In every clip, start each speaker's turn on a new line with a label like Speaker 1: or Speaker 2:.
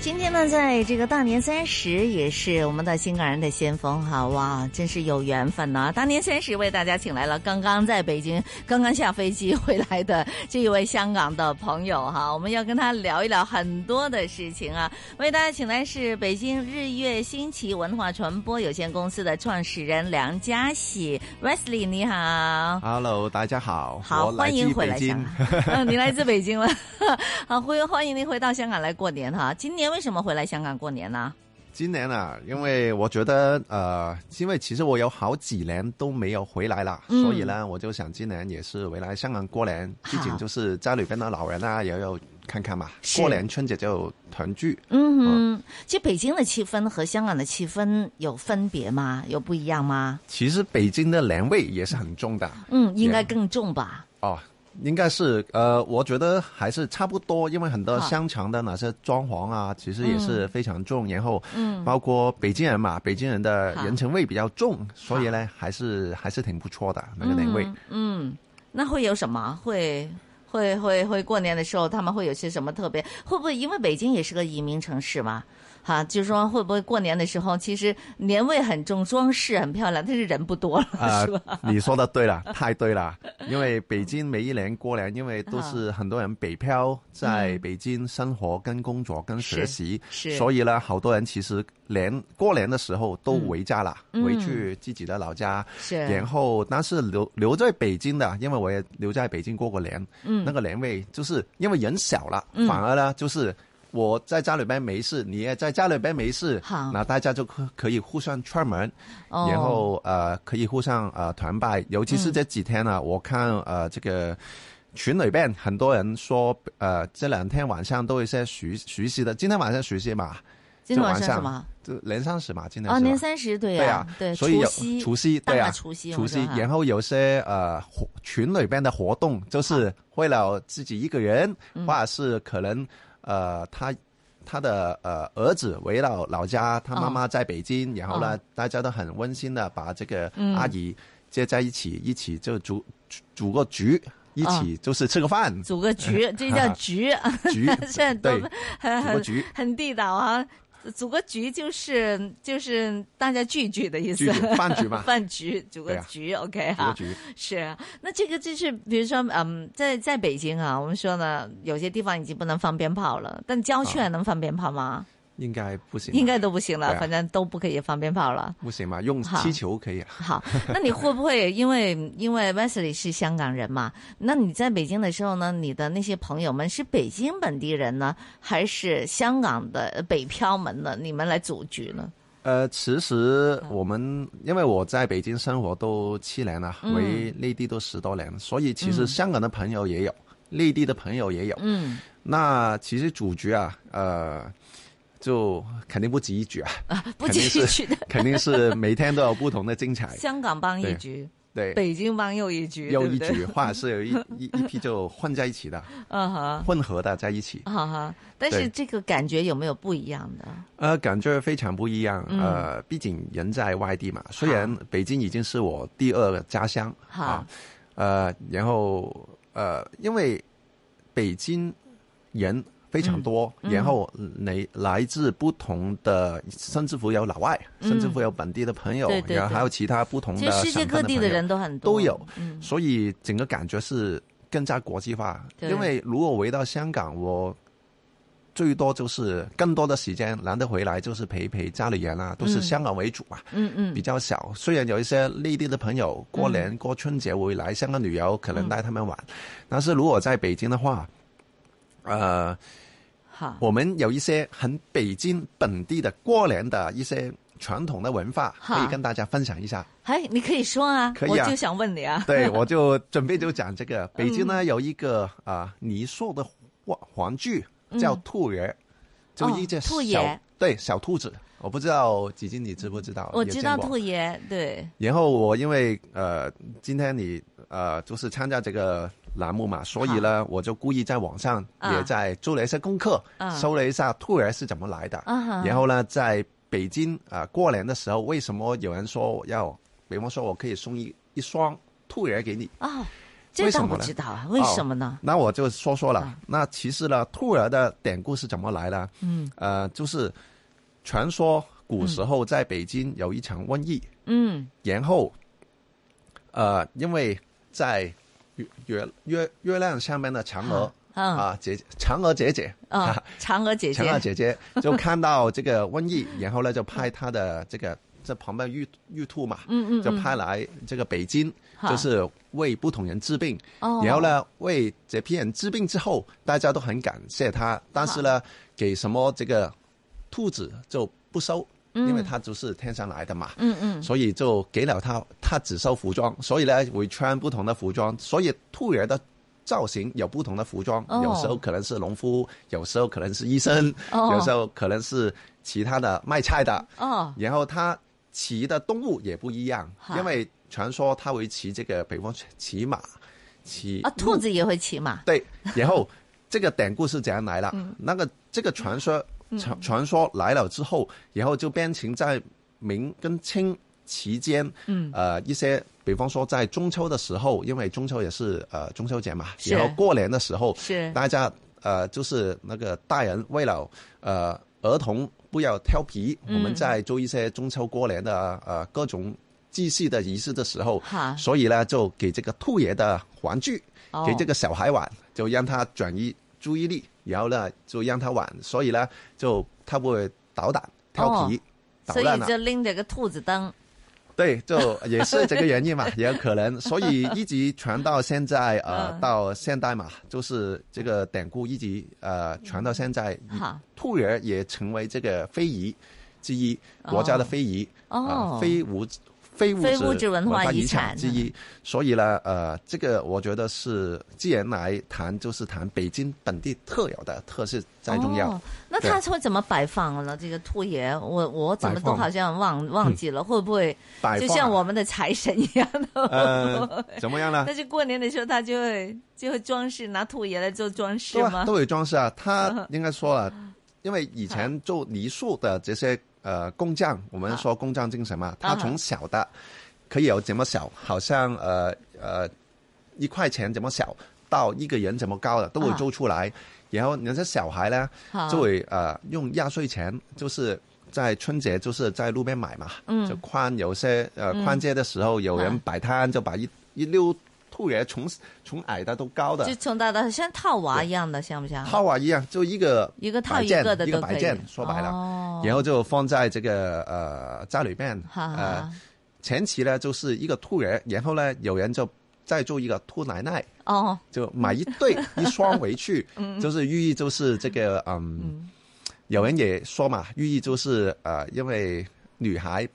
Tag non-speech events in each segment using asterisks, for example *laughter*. Speaker 1: 今天呢，在这个大年三十，也是我们的新港人的先锋哈，哇，真是有缘分呐、大年三十为大家请来了刚刚在北京、刚刚下飞机回来的这一位香港的朋友哈，我们要跟他聊一聊很多的事情啊。为大家请来是北京日月新奇文化传播有限公司的创始人梁家喜 Wesley，你好。
Speaker 2: Hello，大家好，
Speaker 1: 好，
Speaker 2: 我来
Speaker 1: 欢
Speaker 2: 自
Speaker 1: 迎回来
Speaker 2: 北京
Speaker 1: 香。港。嗯，你来自北京了， *laughs* 好，欢欢迎您回到香港来过年哈。今年为什么回来香港过年呢？
Speaker 2: 今年啊，因为我觉得呃，因为其实我有好几年都没有回来了，
Speaker 1: 嗯
Speaker 2: 所以呢，我就想今年也是回来香港过年，
Speaker 1: 好
Speaker 2: 毕竟就是家里边的老人啊，也要看看嘛。
Speaker 1: 是
Speaker 2: 过年春节就团聚，
Speaker 1: 嗯哼，其实北京的气氛和香港的气氛有分别吗？有不一样吗？
Speaker 2: 其实北京的年味也是很重的
Speaker 1: 嗯，应该更重吧。
Speaker 2: 哦。应该是呃，我觉得还是差不多，因为很多
Speaker 1: 好
Speaker 2: 商场的那些装潢啊，其实也是非常重。然后
Speaker 1: 嗯，
Speaker 2: 包括北京人嘛，北京人的
Speaker 1: 好
Speaker 2: 人情味比较重，所以呢，还是还是挺不错的那个年味。
Speaker 1: 嗯嗯，那会有什么？会会会会过年的时候，他们会有些什么特别？会不会因为北京也是个移民城市嘛？哈，就是说会不会过年的时候，其实年味很重，装饰很漂亮，但是人不多了，
Speaker 2: 啊
Speaker 1: 是吧？，
Speaker 2: 你说的对
Speaker 1: *laughs*
Speaker 2: 了，太对了。因为北京每一年过年，因为都是很多人北漂，在北京生活、跟工作、跟学习，
Speaker 1: 是
Speaker 2: 所以呢，好多人其实连过年的时候都回家了，
Speaker 1: 嗯
Speaker 2: 回去自己的老家。然
Speaker 1: 是，
Speaker 2: 后，但是留留在北京的，因为我也留在北京过过年，
Speaker 1: 嗯
Speaker 2: 那个年味就是因为人少了，
Speaker 1: 嗯
Speaker 2: 反而呢就是。我在家里边没事，你也在家里边没事
Speaker 1: 好，
Speaker 2: 那大家就可可以互相串门，
Speaker 1: 哦
Speaker 2: 然后呃可以互相呃团拜，尤其是这几天
Speaker 1: 嗯
Speaker 2: 呢、我看呃这个群里边很多人说，呃这两天晚上都有一些熟熟悉的，今天晚上熟悉嘛，
Speaker 1: 今天晚
Speaker 2: 晚
Speaker 1: 上
Speaker 2: 上
Speaker 1: 什么？
Speaker 2: 就年三十嘛，今天
Speaker 1: 哦，
Speaker 2: 是吧
Speaker 1: 年三十对
Speaker 2: 对
Speaker 1: 呀
Speaker 2: 啊，
Speaker 1: 对，
Speaker 2: 所以有
Speaker 1: 夕，
Speaker 2: 除夕
Speaker 1: 大
Speaker 2: 对啊，
Speaker 1: 除夕，
Speaker 2: 除夕
Speaker 1: 我，说哈
Speaker 2: 然后有些呃活群里边的活动，就是为了自己一个人，
Speaker 1: 嗯
Speaker 2: 或者是可能呃他他的呃儿子围绕老家，他妈妈在北京，然后呢
Speaker 1: 哦，
Speaker 2: 大家都很温馨的把这个
Speaker 1: 嗯
Speaker 2: 阿姨接在一起，一起就煮煮煮个局，一
Speaker 1: 哦
Speaker 2: 起就是吃个
Speaker 1: *laughs*
Speaker 2: 饭，
Speaker 1: 组个局，
Speaker 2: *laughs*
Speaker 1: 这叫局，啊
Speaker 2: 局
Speaker 1: 现在都
Speaker 2: 啊对，煮个
Speaker 1: 很很 *laughs*
Speaker 2: 局。
Speaker 1: 很地道啊。组个局就是就是大家聚聚的意思
Speaker 2: 聚聚，饭局嘛
Speaker 1: *laughs* 饭局组个
Speaker 2: 对啊
Speaker 1: 局，OK
Speaker 2: 煮个
Speaker 1: 哈，
Speaker 2: 局，
Speaker 1: 是 *laughs* 啊。那这个就是比如说，嗯，在在北京啊，我们说呢，有些地方已经不能放鞭炮了，但郊区还能放鞭炮吗？
Speaker 2: 应该不行吧，
Speaker 1: 应该都不行了，
Speaker 2: 啊对啊
Speaker 1: 反正都不可以放鞭炮了。
Speaker 2: 不行嘛，用
Speaker 1: 好
Speaker 2: 气球可以啊了。
Speaker 1: 好， *laughs* 那你会不会因为因为 Wesley 是香港人嘛？那你在北京的时候呢，你的那些朋友们是北京本地人呢，还是香港的呃北漂们呢？你们来组局呢？
Speaker 2: 呃，其实
Speaker 1: 嗯
Speaker 2: 我们因为我在北京生活都七年了，
Speaker 1: 嗯
Speaker 2: 回内地都十多年，所以其实
Speaker 1: 嗯
Speaker 2: 香港的朋友也有，内地的朋友也有。
Speaker 1: 嗯，
Speaker 2: 那其实主角啊，呃，就肯定不止一局啊， *laughs*
Speaker 1: 不
Speaker 2: 肯定
Speaker 1: 继
Speaker 2: 是 *laughs*
Speaker 1: 续的，
Speaker 2: 肯定是每天都有不同的精彩。
Speaker 1: *laughs* 香港帮一
Speaker 2: 对
Speaker 1: 局，
Speaker 2: 对，
Speaker 1: 北京帮又一局，
Speaker 2: 又一
Speaker 1: 对不
Speaker 2: 局，
Speaker 1: 对？
Speaker 2: 或者是
Speaker 1: *laughs*
Speaker 2: 有一一一批就混在一起的，
Speaker 1: 嗯哼，
Speaker 2: 混合的在一起。
Speaker 1: 哈哈。但是
Speaker 2: 对
Speaker 1: 这个感觉有没有不一样的？
Speaker 2: 呃，感觉非常不一样。
Speaker 1: 嗯
Speaker 2: 呃，毕竟人在外地嘛，虽然北京已经是我第二个家乡
Speaker 1: 好
Speaker 2: 啊，呃，然后呃，因为北京人非常多，
Speaker 1: 嗯嗯
Speaker 2: 然后你来自不同的，甚至乎有老外，
Speaker 1: 嗯
Speaker 2: 甚至乎有本地的朋友，
Speaker 1: 对对
Speaker 2: 然后
Speaker 1: 对
Speaker 2: 还有其他不同
Speaker 1: 其
Speaker 2: 的
Speaker 1: 实世界
Speaker 2: 省份
Speaker 1: 各地
Speaker 2: 朋
Speaker 1: 的
Speaker 2: 友
Speaker 1: 人都很多，
Speaker 2: 都有
Speaker 1: 嗯，
Speaker 2: 所以整个感觉是更加国际化。
Speaker 1: 对
Speaker 2: 因为如果回到香港，我最多就是更多的时间难得回来，就是陪陪家里人啊，都是
Speaker 1: 嗯
Speaker 2: 香港为主嘛，
Speaker 1: 嗯嗯
Speaker 2: 比，较小。虽然有一些内地的朋友过年过春节会来香港旅游，可能带他们玩，
Speaker 1: 嗯
Speaker 2: 但是如果在北京的话，呃，
Speaker 1: 好，
Speaker 2: 我们有一些很北京本地的过年的一些传统的文化，
Speaker 1: 哈
Speaker 2: 可以跟大家分享一
Speaker 1: *laughs*
Speaker 2: 下。
Speaker 1: 哎，你可以说啊，
Speaker 2: 可以
Speaker 1: 我
Speaker 2: 啊
Speaker 1: 就想问你啊，
Speaker 2: 对，我就准备就讲这
Speaker 1: 嗯
Speaker 2: 个。北京呢有一个啊泥塑的黄黄具叫兔爷，就一只
Speaker 1: 嗯哦
Speaker 2: 小、
Speaker 1: 兔爷
Speaker 2: 对小兔子。我不知道几金你知不知道？
Speaker 1: 我
Speaker 2: 也
Speaker 1: 知
Speaker 2: 见
Speaker 1: 道
Speaker 2: 过
Speaker 1: 兔爷，对，
Speaker 2: 然后我因为呃，今天你呃，就是参加这个栏目嘛，所以呢，我就故意在网上
Speaker 1: 啊
Speaker 2: 也在做了一些功课，
Speaker 1: 啊
Speaker 2: 搜了一下兔儿是怎么来的，
Speaker 1: 啊哈
Speaker 2: 然后呢，在北京啊、呃过年的时候，为什么有人说我要，比方说我可以送一一双兔儿给你？
Speaker 1: 啊，这
Speaker 2: 为
Speaker 1: 倒
Speaker 2: 什
Speaker 1: 不
Speaker 2: 么呢哦
Speaker 1: 知道啊，为什么呢？
Speaker 2: 那我就说说了。
Speaker 1: 啊
Speaker 2: 那其实呢，兔儿的典故是怎么来的？
Speaker 1: 嗯
Speaker 2: 呃，就是传说古时候在北京有一场瘟疫，
Speaker 1: 嗯
Speaker 2: 然后，呃，因为在月月月月亮上面的嫦娥
Speaker 1: 嗯
Speaker 2: 啊姐姐嫦娥姐姐
Speaker 1: 啊，嫦娥姐姐
Speaker 2: 嫦娥姐姐就看到这个瘟疫，然后呢就派她的这个这旁边玉玉兔嘛，
Speaker 1: 嗯嗯嗯
Speaker 2: 就派来这个北京，
Speaker 1: 哈
Speaker 2: 就是为不同人治病。
Speaker 1: 哦
Speaker 2: 然后呢，为这批人治病之后，大家都很感谢他，但是呢，给什么这个兔子就不收，因为他就是天上来的嘛。
Speaker 1: 嗯嗯
Speaker 2: 所以就给了他，他只收服装，所以呢会穿不同的服装，所以兔儿的造型有不同的服装，
Speaker 1: 哦
Speaker 2: 有时候可能是农夫，有时候可能是医生，
Speaker 1: 哦
Speaker 2: 有时候可能是其他的卖菜的，
Speaker 1: 哦
Speaker 2: 然后他骑的动物也不一样
Speaker 1: 哈，
Speaker 2: 因为传说他会骑这个，比方说骑马，骑
Speaker 1: 啊，兔子也会骑马
Speaker 2: 对，然后这个典故是怎样来的？
Speaker 1: 嗯
Speaker 2: 那个这个传说传传说来了之后，然后就变成在明跟清期间，
Speaker 1: 嗯
Speaker 2: 呃，一些比方说在中秋的时候，因为中秋也是呃中秋节嘛，
Speaker 1: 是
Speaker 2: 然后过年的时候，
Speaker 1: 是
Speaker 2: 大家呃就是那个大人为了呃儿童不要调皮，
Speaker 1: 嗯
Speaker 2: 我们在做一些中秋过年的呃各种。祭祀的仪式的时候
Speaker 1: 哈，
Speaker 2: 所以呢，就给这个兔爷的玩具，
Speaker 1: 哦
Speaker 2: 给这个小孩玩，就让他转移注意力，然后呢就让他玩，所以呢就他不会捣蛋、调皮、捣
Speaker 1: 所以
Speaker 2: 蛋啊了
Speaker 1: 就。拎着个兔子灯
Speaker 2: 对，就也是这个原
Speaker 1: *laughs*
Speaker 2: 因嘛，也有可能。所以一直传到现在，呃
Speaker 1: 嗯，
Speaker 2: 到现代嘛，就是这个典故一直呃传到现在
Speaker 1: 好，
Speaker 2: 兔儿也成为这个非遗之一，国家的非遗啊，
Speaker 1: 哦
Speaker 2: 非物质。非物
Speaker 1: 非
Speaker 2: 质
Speaker 1: 物质文化
Speaker 2: 化
Speaker 1: 遗
Speaker 2: 遗
Speaker 1: 产嗯
Speaker 2: 之一，所以呢，呃，这个我觉得是，既然来谈，就是谈北京本地特有的特色最重要。
Speaker 1: 哦。那它会怎么摆放呢？这个兔爷，我我怎么
Speaker 2: 摆
Speaker 1: 都
Speaker 2: 放嗯
Speaker 1: 好像忘忘记了，会不会
Speaker 2: 摆
Speaker 1: 就
Speaker 2: 放啊
Speaker 1: 像我们的财神一样
Speaker 2: 呃
Speaker 1: 的？，
Speaker 2: 怎么样呢？
Speaker 1: 但是过年的时候， *laughs* 他就会就会装饰，拿兔爷来做装饰
Speaker 2: 对啊，
Speaker 1: 吗嗯
Speaker 2: 都？有装饰啊。他应该说了，因为以前做泥塑的这些呃工匠，我们说工匠精神嘛，
Speaker 1: 啊
Speaker 2: 他从小的可以有怎么小，好像呃呃一块钱怎么小到一个人怎么高的都会
Speaker 1: 啊
Speaker 2: 做出来。然后那些小孩呢，
Speaker 1: 好
Speaker 2: 就会呃用压岁钱，就是在春节就是在路边买嘛，
Speaker 1: 嗯啊
Speaker 2: 就宽有些呃宽街的时候，有人摆摊就把一一溜兔爷从从矮的都高的
Speaker 1: 就从大到像套娃一样的，像不像？
Speaker 2: 套娃一样，就一个
Speaker 1: 啊一个套
Speaker 2: 摆
Speaker 1: 一
Speaker 2: 件
Speaker 1: 个的
Speaker 2: 一
Speaker 1: 都
Speaker 2: 个
Speaker 1: 可
Speaker 2: 摆
Speaker 1: 以
Speaker 2: 件，说白了，
Speaker 1: 哦
Speaker 2: 然后就放在这个呃家里面，
Speaker 1: 哈哈
Speaker 2: 呃前期呢就是一个兔人，然后呢有人就再做一个兔奶奶，
Speaker 1: 哦，
Speaker 2: 就买一
Speaker 1: *laughs*
Speaker 2: 对一双回去，
Speaker 1: 嗯
Speaker 2: 就是寓意就是这个嗯，有人也说嘛，寓意就是呃，因为女孩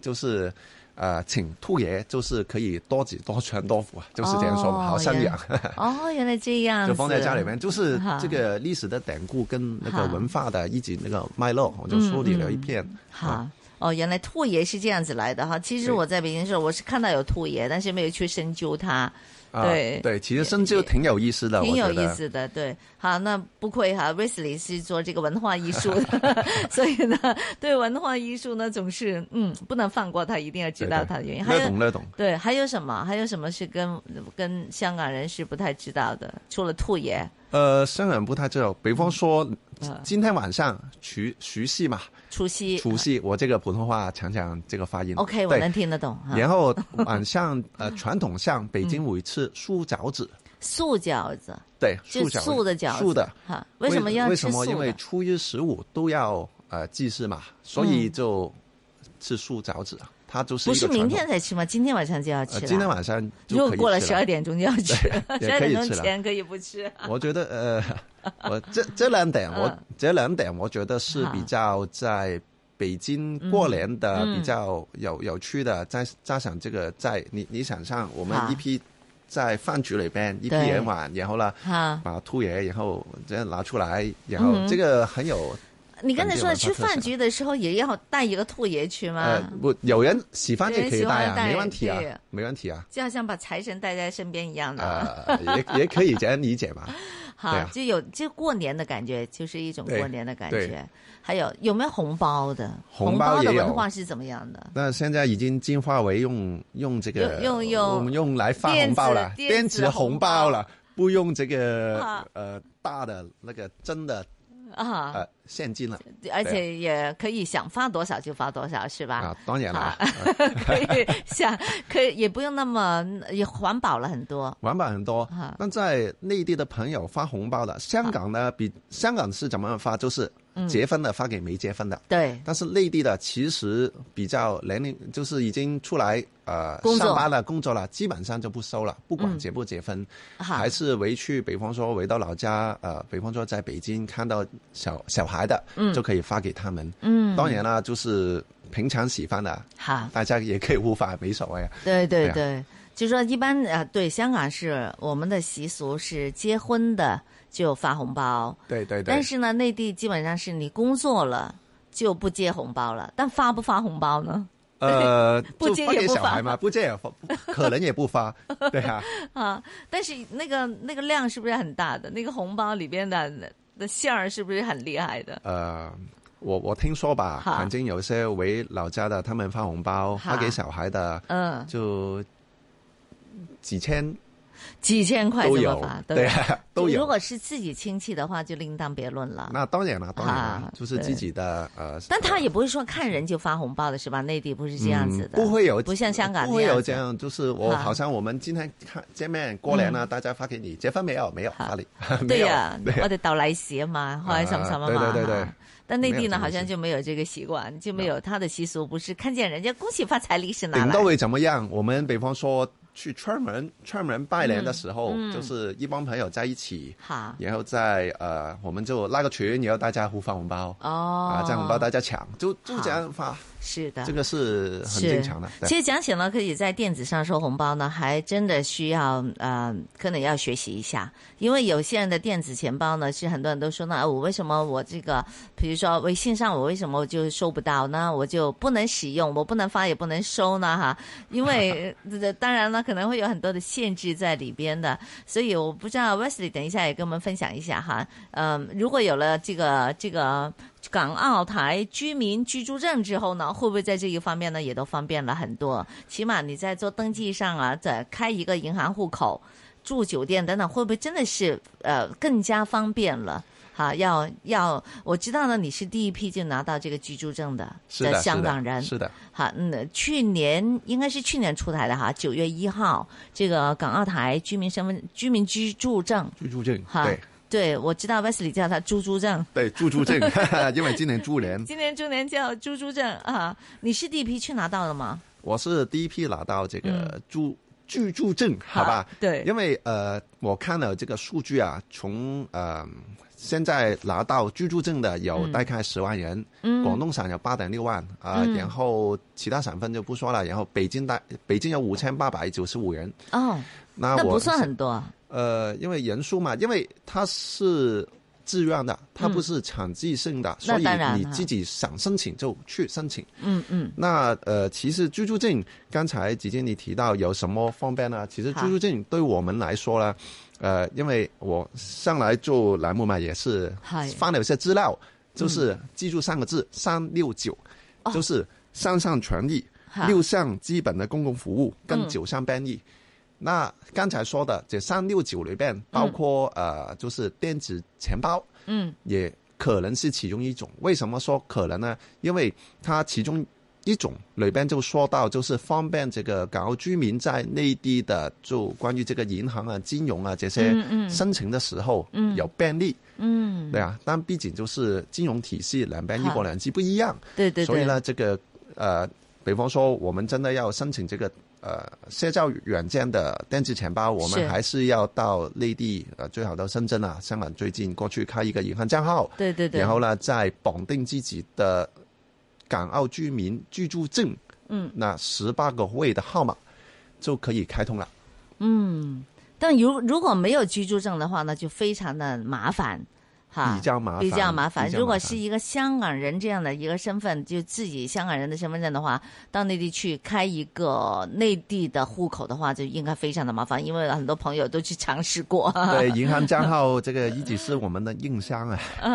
Speaker 2: 就是。呃，请兔爷就是可以多子多穿多福啊，就是这样说嘛，
Speaker 1: 哦
Speaker 2: 好生养。
Speaker 1: 哦，原来这样子，啊
Speaker 2: 就放在家里面，就是
Speaker 1: 哈
Speaker 2: 这个历史的典故跟那
Speaker 1: 哈嗯
Speaker 2: 个文化的以及那个脉络，我就梳理了一啊遍。
Speaker 1: 哈。哦，原来兔爷是这样子来的哈。其
Speaker 2: 嗯
Speaker 1: 实
Speaker 2: 对
Speaker 1: 我在北京的时候，我是看到有兔爷，但是没有去深究它。
Speaker 2: 啊
Speaker 1: 对
Speaker 2: 对，其实深究挺有意思的，
Speaker 1: 挺
Speaker 2: 啊我
Speaker 1: 有
Speaker 2: 觉
Speaker 1: 意
Speaker 2: 得。
Speaker 1: 思的，对，好，那不愧哈，Risley 是做这个文化艺术
Speaker 2: *laughs*
Speaker 1: 的， *laughs* 所以呢，对文化艺术呢，总是嗯，不能放过它，一定要知道它的原因。还
Speaker 2: 略懂
Speaker 1: 有
Speaker 2: 略懂。
Speaker 1: 对，还有什么？还有什么是跟跟香港人是不太知道的？除了兔爷，
Speaker 2: 呃，香港人不太知道，比方说
Speaker 1: 嗯
Speaker 2: 今天晚上除除夕嘛，
Speaker 1: 除夕
Speaker 2: 除夕，我这个普通话强强这个发音。
Speaker 1: ，OK，我
Speaker 2: 对
Speaker 1: 能听得懂
Speaker 2: *laughs*
Speaker 1: 哈。
Speaker 2: 然后晚上呃，传统上北京会吃素饺子，
Speaker 1: 素饺子
Speaker 2: 对，
Speaker 1: 就
Speaker 2: 素
Speaker 1: 是
Speaker 2: 饺
Speaker 1: 素的饺子，
Speaker 2: 素的。
Speaker 1: 哈，为什么要
Speaker 2: 为
Speaker 1: 吃
Speaker 2: 什
Speaker 1: 素
Speaker 2: 么？因为
Speaker 1: 的？
Speaker 2: 初一十五都要呃祭祀嘛，所以就吃素饺子，它就是
Speaker 1: 嗯不
Speaker 2: 一
Speaker 1: 是
Speaker 2: 个
Speaker 1: 明
Speaker 2: 传统
Speaker 1: 天。才吃吗？今天晚上就要吃
Speaker 2: 呃，
Speaker 1: 了。
Speaker 2: 今天晚上就
Speaker 1: 如果
Speaker 2: 可以
Speaker 1: 过了
Speaker 2: 吃
Speaker 1: 十二点钟就要吃，十 *laughs*
Speaker 2: 对也
Speaker 1: 二
Speaker 2: 可
Speaker 1: 点
Speaker 2: 以
Speaker 1: 钟
Speaker 2: 吃了
Speaker 1: 前可以不吃。
Speaker 2: 我觉得呃， *laughs* 我这这两点，我
Speaker 1: 嗯
Speaker 2: 这两点我觉得是
Speaker 1: 好
Speaker 2: 比较在北京过年的
Speaker 1: 嗯嗯
Speaker 2: 比较有有趣的，再加上这个在你你想象我们
Speaker 1: 好
Speaker 2: 一批在饭局里边一批
Speaker 1: 对
Speaker 2: 人玩，然后呢
Speaker 1: 哈，
Speaker 2: 把兔爷然后这样拿出来，然后
Speaker 1: 嗯
Speaker 2: 这个很有
Speaker 1: 你刚才说的
Speaker 2: 本地
Speaker 1: 去
Speaker 2: 文化特色
Speaker 1: 饭局的时候也要带一个兔爷去吗？
Speaker 2: 呃，不，有人喜欢也可以带
Speaker 1: 有人喜欢
Speaker 2: 啊，
Speaker 1: 带
Speaker 2: 没问题啊
Speaker 1: 对，
Speaker 2: 没问题啊，
Speaker 1: 就好像把财神带在身边一样的，
Speaker 2: 呃，也 *laughs* 也可以这样理解吧。
Speaker 1: 好，
Speaker 2: 对啊
Speaker 1: 就有就过年的感觉，就是一种
Speaker 2: 对
Speaker 1: 过年的感
Speaker 2: 对
Speaker 1: 觉。还有有没有红包的？
Speaker 2: 红
Speaker 1: 红
Speaker 2: 包
Speaker 1: 的
Speaker 2: 也有
Speaker 1: 文化是怎么样的？
Speaker 2: 那现在已经进化为用用这个
Speaker 1: 用用用
Speaker 2: 我们用来发红包了，
Speaker 1: 电子电
Speaker 2: 电
Speaker 1: 子
Speaker 2: 子红包了，不用这个
Speaker 1: 啊
Speaker 2: 呃大的那个真的
Speaker 1: 啊，
Speaker 2: 呃现金了
Speaker 1: 而且也可以想发多少就发多少，是吧？
Speaker 2: 啊，当然了啊，
Speaker 1: 可以想，可以也不用那么也环保了很多。
Speaker 2: *laughs* 玩法很多
Speaker 1: 啊。
Speaker 2: 那在内地的朋友发红包了，香港呢比香港是怎么样发？就是
Speaker 1: 嗯
Speaker 2: 结婚的发给没结婚的。
Speaker 1: 对，
Speaker 2: 但是内地的其实比较年龄，就是已经出来呃
Speaker 1: 工作嗯
Speaker 2: 上班了、工作了，基本上就不收了，不管结不结婚，
Speaker 1: 好
Speaker 2: 还，是回去，比方说回到老家，呃，比方说在北京看到小小孩的，就可以发给他们。
Speaker 1: 嗯，
Speaker 2: 当然啦，就是平常喜欢的，
Speaker 1: 好，
Speaker 2: 大家也可以互发，没所谓
Speaker 1: *laughs*
Speaker 2: 啊。
Speaker 1: 对对
Speaker 2: 对啊
Speaker 1: 对，就说一般啊，对，香港是我们的习俗是结婚的就发红包，
Speaker 2: 对对对
Speaker 1: 但， *laughs* 是呢，内地基本上是你工作了就不接红包了，但发不发红包呢？
Speaker 2: 呃，
Speaker 1: 不
Speaker 2: 就
Speaker 1: 接
Speaker 2: 发
Speaker 1: 也
Speaker 2: 给
Speaker 1: 不
Speaker 2: 小
Speaker 1: 发
Speaker 2: 孩嘛，不接也发，不可能也不发，
Speaker 1: *laughs*
Speaker 2: 对啊。
Speaker 1: 啊，但是那个那个量是不是很大的？那个红包里边的的馅儿是不是很厉害的？
Speaker 2: 呃，我我听说吧，
Speaker 1: 哈
Speaker 2: 反正有些回老家的，他们发红包
Speaker 1: 哈
Speaker 2: 发给小孩的，
Speaker 1: 嗯，
Speaker 2: 就几千
Speaker 1: 几千块
Speaker 2: 都
Speaker 1: 怎么
Speaker 2: 有
Speaker 1: 发？，
Speaker 2: 对 *laughs*
Speaker 1: 吧
Speaker 2: 啊，都
Speaker 1: 如
Speaker 2: 有。
Speaker 1: 果是自己亲戚的话，就另当别论了。
Speaker 2: 那当然了，当然
Speaker 1: 啊
Speaker 2: 了，就是
Speaker 1: 对
Speaker 2: 自己的呃，
Speaker 1: 但他
Speaker 2: 呃
Speaker 1: 也不会说看人就发红包的是吧？内地不是这样
Speaker 2: 嗯
Speaker 1: 子的，
Speaker 2: 不会有，
Speaker 1: 不像香港
Speaker 2: 不
Speaker 1: 那
Speaker 2: 会有
Speaker 1: 样
Speaker 2: 这
Speaker 1: 子。
Speaker 2: 样，就是我
Speaker 1: 哈
Speaker 2: 好像我们今天看见面过年了，大家发给你，结婚没有？没有，
Speaker 1: 哈
Speaker 2: 发你，
Speaker 1: 嗯
Speaker 2: *laughs* 没
Speaker 1: 对
Speaker 2: 有
Speaker 1: 呀，
Speaker 2: 对
Speaker 1: 我哋斗利是啊嘛，或者什么什么嘛。
Speaker 2: 啊对对对对
Speaker 1: 哈但内
Speaker 2: 没有
Speaker 1: 地呢，
Speaker 2: 这个
Speaker 1: 好像
Speaker 2: 习
Speaker 1: 就没有这个习惯，就没有他的习俗，不是看见人家恭喜发财，利是拿
Speaker 2: 顶
Speaker 1: 来
Speaker 2: 到。会怎么样？我们比方说去串门，串门拜年的时候，
Speaker 1: 嗯嗯
Speaker 2: 就是一帮朋友在一起，
Speaker 1: 好
Speaker 2: 然后再呃，我们就拉个群，然后大家互发红包。
Speaker 1: 哦，
Speaker 2: 啊，这样红包大家抢，就就
Speaker 1: 好
Speaker 2: 这样发，
Speaker 1: 是的，
Speaker 2: 这个是很
Speaker 1: 是，
Speaker 2: 正常的。对
Speaker 1: 其实讲起了可以在电子上收红包呢，还真的需要呃，可能要学习一下，因为有些人的电子钱包呢，是很多人都说呢，啊我为什么我这个，比如说微信上我为什么我就收不到呢？我就不能使用，我不能发也不能收呢哈，因为呃当然了，可能会有很多的限制在里边的，所以我不知道 Wesley 等一下也跟我们分享一下哈，嗯、如果有了这个这个港澳台居民居住证之后呢，会不会在这一方面呢也都方便了很多？起码你在做登记上啊，在开一个银行户口、住酒店等等，会不会真的是呃更加方便了？哈，要要，我知道呢，你是第一批就拿到这个居住证的，
Speaker 2: 是的，
Speaker 1: 香
Speaker 2: 是的
Speaker 1: 港人。
Speaker 2: 是的，
Speaker 1: 好，嗯，去年应该是去年出台的哈，九月一号，这个港澳台居民身份、居民居住证，
Speaker 2: 居住证，
Speaker 1: 哈
Speaker 2: 对
Speaker 1: 对我知道 Wesley 叫它猪猪证。
Speaker 2: 对，住住
Speaker 1: *laughs*
Speaker 2: 证，因为今年猪年，
Speaker 1: 今年猪年叫猪猪证啊，你是第一批去拿到了吗？
Speaker 2: 我是第一批拿到这个
Speaker 1: 嗯
Speaker 2: 住居住证，好吧？
Speaker 1: 对，
Speaker 2: 因为呃，我看了这个数据啊，从呃现在拿到居住证的有
Speaker 1: 嗯
Speaker 2: 大概十万人，
Speaker 1: 嗯
Speaker 2: 广东省有八点六万啊、
Speaker 1: 嗯
Speaker 2: 然后其他省份就不说了，然后北京大北京有五千八百九十五人，
Speaker 1: 哦，
Speaker 2: 那
Speaker 1: 那
Speaker 2: 我
Speaker 1: 不算很多，
Speaker 2: 呃，因为人数嘛，因为它是。自愿的，它
Speaker 1: 嗯
Speaker 2: 不是强制性的，
Speaker 1: 那
Speaker 2: 所以
Speaker 1: 当然
Speaker 2: 你
Speaker 1: 哈
Speaker 2: 自己想申请就去申请。
Speaker 1: 嗯嗯，
Speaker 2: 那呃，其实居住证，刚才子健你提到有什么方便呢？其实
Speaker 1: 好
Speaker 2: 居住证对我们来说呢，呃，因为我上来做栏目嘛，也是
Speaker 1: 嗨嗯
Speaker 2: 翻了一些资料，就是记住三个字“三六九”，就是三项权益、
Speaker 1: 哦好
Speaker 2: 六项基本的公共服务跟
Speaker 1: 嗯
Speaker 2: 九项便利。那刚才说的这三六九里边，包括、呃，就是电子钱包，
Speaker 1: 嗯
Speaker 2: 也可能是其中一种。为什么说可能呢？因为它其中一种里边就说到，就是方便这个港澳居民在内地的就关于这个银行啊、金融啊这些
Speaker 1: 嗯嗯
Speaker 2: 申请的时候
Speaker 1: 嗯
Speaker 2: 有便利，
Speaker 1: 嗯，
Speaker 2: 对啊。但毕竟就是金融体系两边一国两制不一样，
Speaker 1: 对对
Speaker 2: 所以
Speaker 1: 对，
Speaker 2: 呢，这个呃，比方说我们真的要申请这个呃社交软件的电子钱包，我
Speaker 1: 是
Speaker 2: 们还是要到内地呃，最好到深圳啊、香港最近过去开一个银行账号，
Speaker 1: 对对对，
Speaker 2: 然后呢，再绑定自己的港澳居民居住证，
Speaker 1: 嗯，
Speaker 2: 那十八个位的号码就可以开通了。
Speaker 1: 嗯，但如如果没有居住证的话呢，就非常的麻烦。哈，
Speaker 2: 比较麻烦
Speaker 1: 比较麻烦。
Speaker 2: 比较
Speaker 1: 如果
Speaker 2: 麻
Speaker 1: 是一个香港人这样的一个身份，就自己香港人的身份证的话，到内地去开一个内地的户口的话，就应该非常的麻烦，因为很多朋友都去尝
Speaker 2: *laughs*
Speaker 1: 试过。
Speaker 2: 对，银行账号这个一直是我们的硬伤啊，
Speaker 1: 啊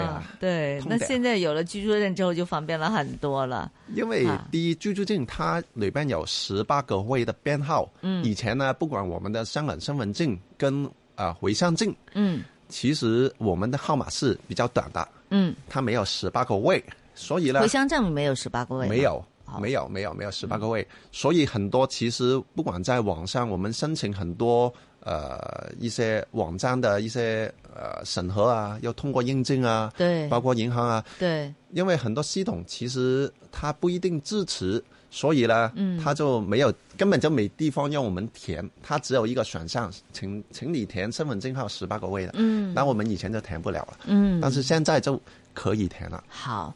Speaker 2: 啊，
Speaker 1: 对
Speaker 2: 痛
Speaker 1: 那
Speaker 2: 的
Speaker 1: 现在有了居住证之后，就方便了很多了。
Speaker 2: 因为
Speaker 1: 啊
Speaker 2: 第一居住证它里边有十八个位的编号，嗯，以前呢，不管我们的香港身份证跟啊、呃回乡证，
Speaker 1: 嗯
Speaker 2: 其实我们的号码是比较短的，
Speaker 1: 嗯，
Speaker 2: 它没有十八个位，所以呢
Speaker 1: 回，乡证没有十八个位吗，啊
Speaker 2: 没有
Speaker 1: 好，
Speaker 2: 没有，没有，没有十八个位，所以很多其实不管在网上，我们申请很多呃一些网站的一些呃审核啊，要通过认证啊，
Speaker 1: 对
Speaker 2: 包括银行啊，
Speaker 1: 对，
Speaker 2: 因为很多系统其实它不一定支持，所以呢，嗯，它就没有根本就没地方让我们填，它只有一个选项，请请你填身份证号十八个位的，嗯，那我们以前就填不了了，
Speaker 1: 嗯，
Speaker 2: 但是现在就可以填了。
Speaker 1: 好，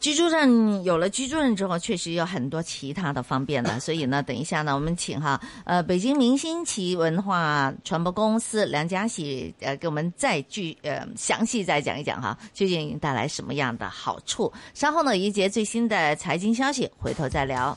Speaker 1: 居住证有了居住证之后，确实有很多其他的方便了。所以呢，等一下呢，我们请哈呃北京明星奇文化传播公司梁家喜呃给我们再具呃详细再讲一讲哈，究竟带来什么样的好处。稍后呢，有一节最新的财经消息，回头再聊。